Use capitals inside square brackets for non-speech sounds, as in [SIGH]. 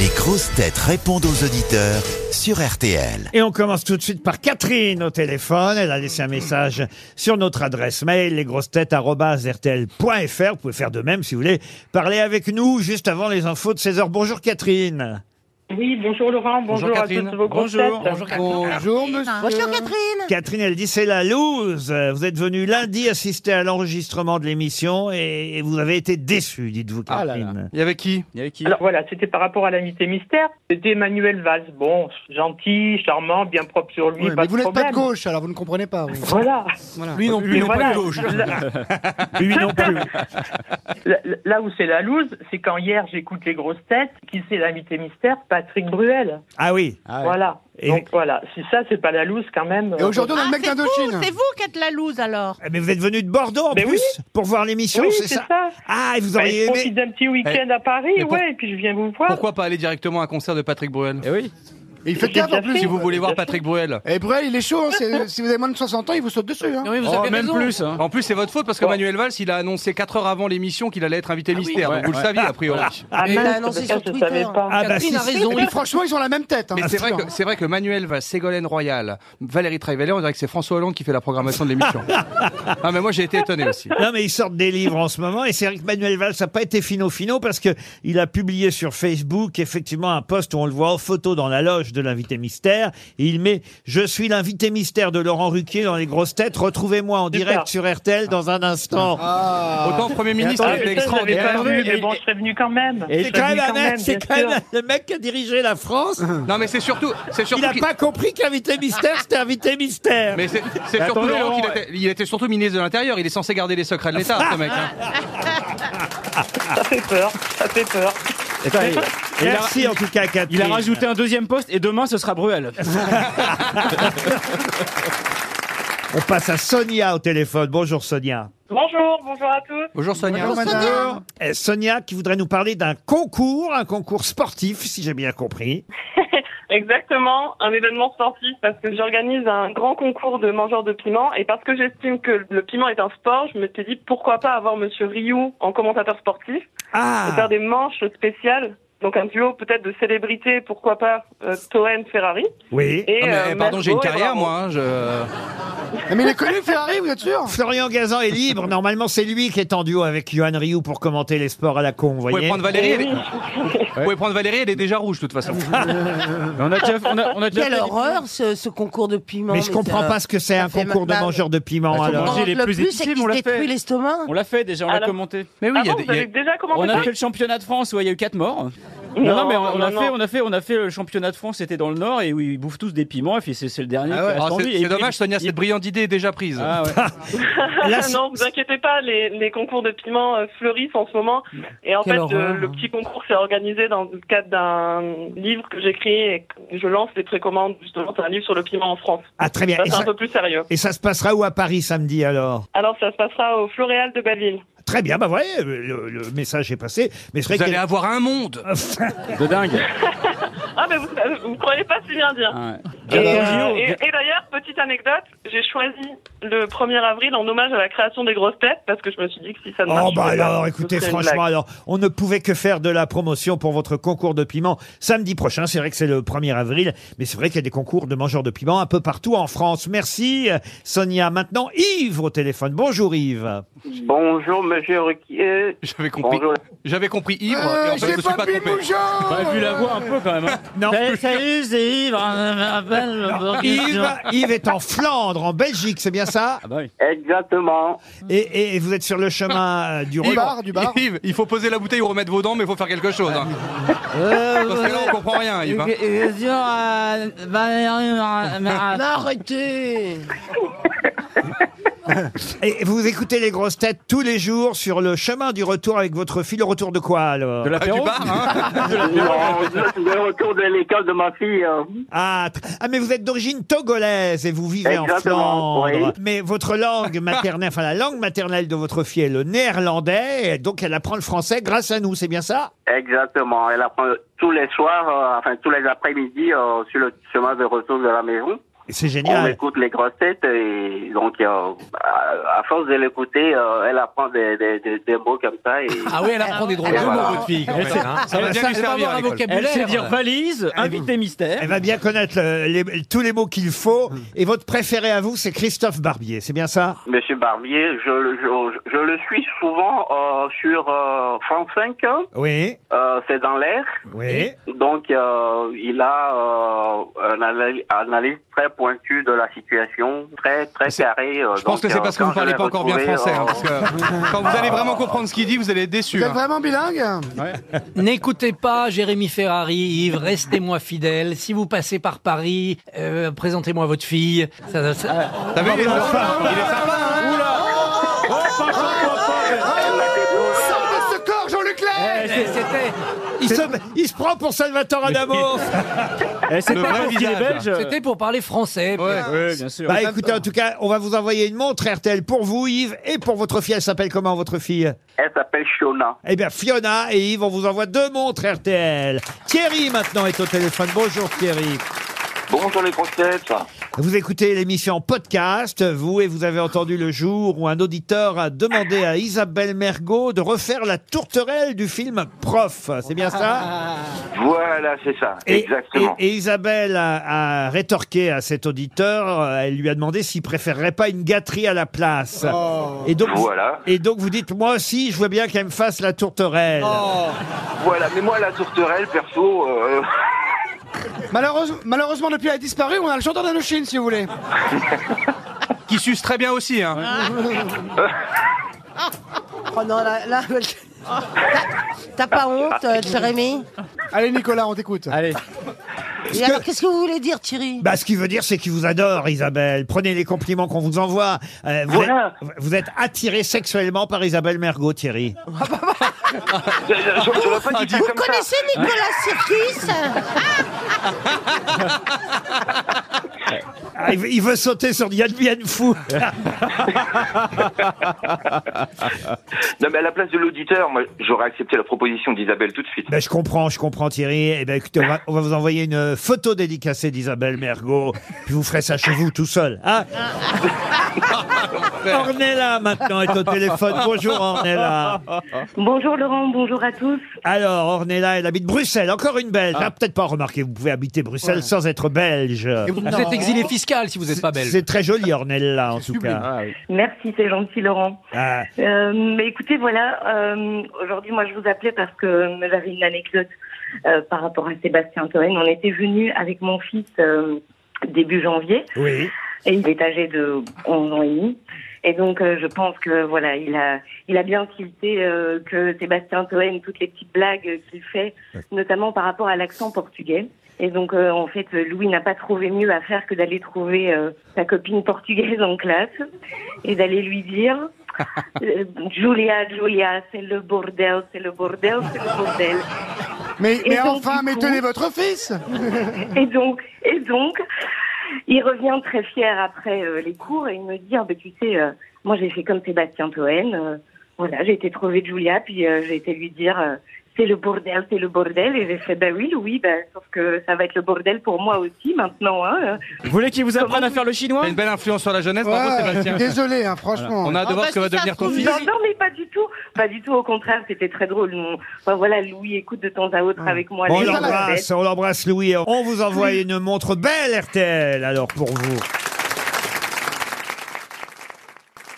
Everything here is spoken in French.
Les grosses têtes répondent aux auditeurs sur RTL. Et on commence tout de suite par Catherine au téléphone. Elle a laissé un message sur notre adresse mail, lesgrossetêtes.rtl.fr. Vous pouvez faire de même si vous voulez parler avec nous juste avant les infos de 16h. Bonjour Catherine. Oui, bonjour Laurent, bonjour, à Catherine. toutes vos grosses Bonjour. têtes. Bonjour Bonjour monsieur. Bonjour Catherine Catherine, elle dit c'est la loose. Vous êtes venu lundi assister à l'enregistrement de l'émission et, et vous avez été déçu, dites-vous Ah là là. Catherine. Il y avait qui Il y avait qui Alors voilà, c'était par rapport à l'invité mystère. C'était Emmanuel Valls. Bon, gentil, charmant, bien propre sur lui, Oui, pas mais de vous n'êtes problème. pas de gauche, alors vous ne comprenez pas. vous. Voilà. Lui non Mais plus, non voilà. pas de gauche. Là, [LAUGHS] Lui non plus. là- là où c'est la loose, c'est quand hier j'écoute les grosses têtes, qui c'est l'invité mystère Patrick Bruel. Ah oui. Ah ouais. Voilà. Et- Donc voilà, si ça c'est pas la loose quand même. Et aujourd'hui, on a le mec Ah, c'est vous, d'Indochine. c'est vous qui êtes la loose alors Mais vous êtes venu de Bordeaux en Mais plus oui. pour voir l'émission, oui, Bah, c'est ça Ah, et vous auriez je aimé. profite d'un petit week-end à Paris, Mais pour- ouais, et puis je viens vous voir. Pourquoi pas aller directement à un concert de Patrick Bruel Eh Et il fait J'ai gaffe en déjà plus. Si vous Ouais, voulez tout à voir fait. Patrick Bruel. Et Bruel, il est chaud. hein, c'est- si vous avez moins de 60 ans, il vous saute dessus. hein. Ah Oui, vous Oh, avez même raison. plus. En plus, c'est votre faute parce que Bon. Manuel Valls, il a annoncé 4 heures avant l'émission qu'il allait être invité mystère. donc vous le saviez, a priori. Ah Et il l'a mince, annoncé ça, sur je Twitter. savais pas. Ah bah si, Catherine a si. raison. Mais franchement, ils ont la même tête. hein. Mais c'est vrai, Putain. que, c'est vrai que Manuel Valls, Ségolène Royal, Valérie Traiveller, on dirait que c'est François Hollande qui fait la programmation [LAUGHS] de l'émission. ah, mais moi j'ai été étonné aussi. Non, mais ils sortent des livres en ce moment. Et c'est vrai que Manuel Valls n'a pas été fino-fino parce que il a publié sur Facebook, effectivement, un post où on le voit en photo dans la loge de l'invité mystère. Et il met Je suis l'invité mystère de Laurent Ruquier dans les grosses têtes. Retrouvez-moi en C'est direct ça. sur RTL dans un instant. Ah. Autant Premier ministre, Ah, il putain, je était l'avais extraordinaire. pas vu, mais bon, je serais venu quand même. C'est Je quand même serais venu un mec, même, c'est bien quand même sûr. le mec qui a dirigé la France. Non, mais c'est surtout. C'est Il surtout n'a qu'il- pas compris qu'invité mystère, c'était invité mystère. Mais c'est c'est surtout Laurent qu'il était, il était surtout ministre de l'Intérieur. Il est censé garder les secrets de l'État, ce mec. hein. Ça fait peur, ça fait peur. Merci en tout cas, Catherine. Il a rajouté un deuxième poste et demain ce sera Bruel. On passe à Sonia au téléphone. Bonjour Sonia. Bonjour, bonjour à tous. Bonjour Sonia. Bonjour, madame. Eh, Sonia qui voudrait nous parler d'un concours, un concours sportif, si j'ai bien compris. Exactement, un événement sportif parce que j'organise un grand concours de mangeurs de piment et parce que j'estime que le piment est un sport, je me suis dit pourquoi pas avoir Monsieur Rioux en commentateur sportif et Ah faire des manches spéciales. Donc un duo peut-être de célébrités, pourquoi pas euh, Toen Ferrari. Oui. Et, Ah, mais, euh, pardon, j'ai une Maslow et carrière, Bravo. moi. hein, je... Ah, Mais il est connu, Ferrari, vous êtes sûr Florian Gazan est libre. Normalement, c'est lui qui est en duo avec Johan Rioux pour commenter les sports à la con, vous Vous pouvez voyez. prendre Valérie. Elle... est- Vous pouvez prendre Valérie, elle est déjà rouge, de toute façon. on a déjà, on a, on a déjà Quelle fait heure horreur ce, ce concours de piment. Mais je comprends pas ce que c'est un fait concours de mal. mangeurs de piment Bah, faut alors. manger. les le plus plus, c'est difficiles, qu'il on se l'a fait. détruit l'estomac. On l'a fait déjà, on l'a Alors- commenté. Mais oui, Ah il y a bon, des- vous il y a- avez déjà commenté On a ça fait le championnat de France, ouais, il y a eu 4 morts. Non, Non, non, mais on, on a non, fait, non. on a fait, on a fait le championnat de France, c'était dans le Nord et où ils bouffent tous des piments et puis c'est c'est le dernier. Ah qui ouais, reste alors en c'est- vie. Et C'est puis- dommage, Sonia, il- cette brillantité est déjà prise. Ah ouais. Là, Ah [LAUGHS] non, vous inquiétez pas, les, les concours de piment euh, fleurissent en ce moment. Et en Quelle fait, horreur. euh, le petit concours s'est organisé dans le cadre d'un livre que j'écris et que je lance les précommandes. Justement, c'est un livre sur le piment en France. Ah très bien. Ça, Et c'est un ça, peu plus sérieux. et ça se passera où à Paris samedi alors Alors, ça se passera au Floréal de Belleville. Très bien, bah vous voyez, le, le message est passé. Mais c'est Vous vrai allez que avoir un monde. [LAUGHS] de dingue. Ah, mais vous, vous croyez pas si bien dire. Ah ouais. Eh Et, ben, Bien euh, joué. et- et d'ailleurs, petite anecdote, j'ai choisi le 1er avril en hommage à la création des grosses têtes parce que je me suis dit que si ça ne Oh marchait bah pas, alors, ce écoutez, serait une franchement, blague. alors, on ne pouvait que faire de la promotion pour votre concours de piment samedi prochain. C'est vrai que c'est le 1er avril, mais c'est vrai qu'il y a des concours de mangeurs de piment un peu partout en France. Merci, euh, Sonia. Maintenant, Yves au téléphone. Bonjour, Yves. Bonjour, monsieur Ruquier. J'avais compris. Bonjour. J'avais compris ivre. et Euh, en fait, je J'ai me suis pas pas pu trompé. bouger J'aurais vu la voix un peu quand même. hein. Non. Salut, salut, c'est Yves. un- un bel Yves, hamburger. Yves est en Flandre, en Belgique, c'est bien ça Ah bah oui. [LAUGHS] Exactement. et, et- et vous êtes sur le chemin euh, du Du retour. bar, du bar. [LAUGHS] Yves, il faut poser la bouteille ou remettre vos dents, mais il faut faire quelque chose. hein. Parce que là, on comprend rien, Yves. hein. euh, bah, Mais arrêtez Et vous écoutez les grosses têtes tous les jours sur le chemin du retour avec votre fille. Le retour de quoi euh, alors Ah, De du l'apéro. bar, hein. Non, Oh, je le retour de l'école de ma fille. hein. Ah, tr- ah, mais vous êtes d'origine togolaise et vous vivez Exactement, en Flandre. oui. Mais votre langue maternelle, enfin la langue maternelle de votre fille est le néerlandais, et donc elle apprend le français grâce à nous, c'est bien ça Exactement. Elle apprend tous les soirs, euh, enfin tous les après-midi euh, sur le chemin de retour de la maison. C'est On génial. écoute les grosses têtes et donc euh, à à force de l'écouter, euh, elle apprend des, des, des, des mots comme ça. Et... Ah oui, elle apprend des drôles de mots, votre fille, quand même, hein. Ça va bien lui servir à l'école. Elle sait dire valise, Elle- invité mystère. Elle va bien connaître euh, les- tous les mots qu'il faut. Et votre préféré à vous, c'est Christophe Barbier, c'est bien ça Monsieur Barbier, je, le- je, je le suis souvent euh, sur euh, France 5, hein. Oui. Euh, c'est dans l'air. Oui. Donc euh, il a euh, un anal- analyse très pointue de la situation, très très carré. euh, Je pense que c'est parce que vous ne parlez pas encore bien français. hein, parce [LAUGHS] que quand vous allez vraiment comprendre ce qu'il dit, vous allez être hein. déçu. Vous êtes vraiment bilingue N'écoutez pas Jérémy Ferrari, Yves, restez-moi fidèle. Si vous passez par Paris, euh, présentez-moi votre fille. Ça, ça- ça- Sors de ce corps, Jean-Luc Ah, Lahaye Eh, c'était- il, se, il se prend pour Salvatore Adamo C'est Le pas vrai parce qu'il est visage. belge. C'était pour parler français. puis- Oui, bien sûr. Bah écoutez, en tout cas, on va vous envoyer une montre RTL pour vous, Yves, et pour votre fille. Elle s'appelle comment, votre fille Elle s'appelle Shona. Eh bien, Fiona et Yves, on vous envoie deux montres RTL. Thierry, maintenant, est au téléphone. Bonjour, Thierry. Bonjour les grosses têtes. Vous écoutez l'émission en podcast, vous, et vous avez entendu le jour où un auditeur a demandé à Isabelle Mergot de refaire la tourterelle du film Prof. C'est bien ça Voilà, c'est ça, Et- Et, et Isabelle a, a rétorqué à cet auditeur, euh, elle lui a demandé s'il préférerait pas une gâterie à la place. Et donc, Voilà. et donc vous dites, moi aussi, je veux bien qu'elle me fasse la tourterelle. Voilà, mais moi la tourterelle, perso, euh, [LAUGHS] Malheureusement, malheureusement, depuis elle a disparu, on a le chanteur d'Anochine, si vous voulez. [LAUGHS] Qui suce très bien aussi. Hein. Ah, Oh non, là, là, t'as pas honte, euh, Jérémy Allez, Nicolas, on t'écoute. Allez, Et alors, qu'est-ce que vous voulez dire, Thierry Bah, ce qui veut dire, c'est qu'il vous adore, Isabelle. Prenez les compliments qu'on vous envoie. Euh, vous, Voilà. êtes, vous êtes attiré sexuellement par Isabelle Mergot, Thierry. je- je- Oh, j'aurais pas dit ça Vous comme ça. connaissez Nicolas Sirkis Ah, il, veut- il veut sauter sur Yann Bien Fou. Non, mais à la place de l'auditeur, moi, j'aurais accepté la proposition d'Isabelle tout de suite. Ben, je comprends, je comprends, Thierry. Eh ben, écoutez, on va, on va vous envoyer une photo dédicacée d'Isabelle Mergot. Puis vous ferez ça chez vous tout seul. Hein Ornella, maintenant, est au téléphone. Bonjour, Ornella. Bonjour Laurent, bonjour à tous. Alors, Ornella, elle habite Bruxelles. Encore une belge. Ah, peut-être pas remarqué, vous pouvez habiter Bruxelles sans être belge. Vous êtes exilé fiscal si vous n'êtes pas belge. C'est très joli, Ornella, en tout cas. Merci, c'est gentil Laurent. Ah, Euh, mais écoutez, voilà, euh, aujourd'hui, moi, je vous appelais parce que j'avais une anecdote euh, par rapport à Sébastien Toen. On était venus avec mon fils euh, début janvier oui. et il est âgé de 11 ans et demi. Et donc, euh, je pense que voilà, il a, il a bien tilté euh, que Sébastien Toen, toutes les petites blagues qu'il fait, notamment par rapport à l'accent portugais. Et donc, euh, en fait, euh, Louis n'a pas trouvé mieux à faire que d'aller trouver euh, sa copine portugaise en classe et d'aller lui dire euh, Julia, Julia, c'est le bordel, c'est le bordel, c'est le bordel. Mais, mais Et donc, enfin, du mais coup- tenez votre fils Et donc, et donc, il revient très fier après euh, les cours et il me dit, ah ben, tu sais, euh, moi j'ai fait comme Sébastien Toen, euh, voilà, j'ai été trouver Julia, puis euh, j'ai été lui dire, euh, c'est le bordel, c'est le bordel, et j'ai fait, ben oui, oui, ben, sauf que ça va être le bordel pour moi aussi maintenant, hein. euh. vous voulez qu'il vous apprenne à faire le chinois T'as une belle influence sur la jeunesse, bravo Ouais, Sébastien. Désolé, hein, franchement. On a hâte Ah, de bah, voir si ce que va ça devenir se ton trouve, fils. Non, non, mais pas du tout, pas du tout, au contraire, c'était très drôle. Mon- enfin, voilà, Louis écoute de temps à autre avec moi. On les- l'embrasse, on l'embrasse Louis. On vous envoie une montre belle RTL alors pour vous.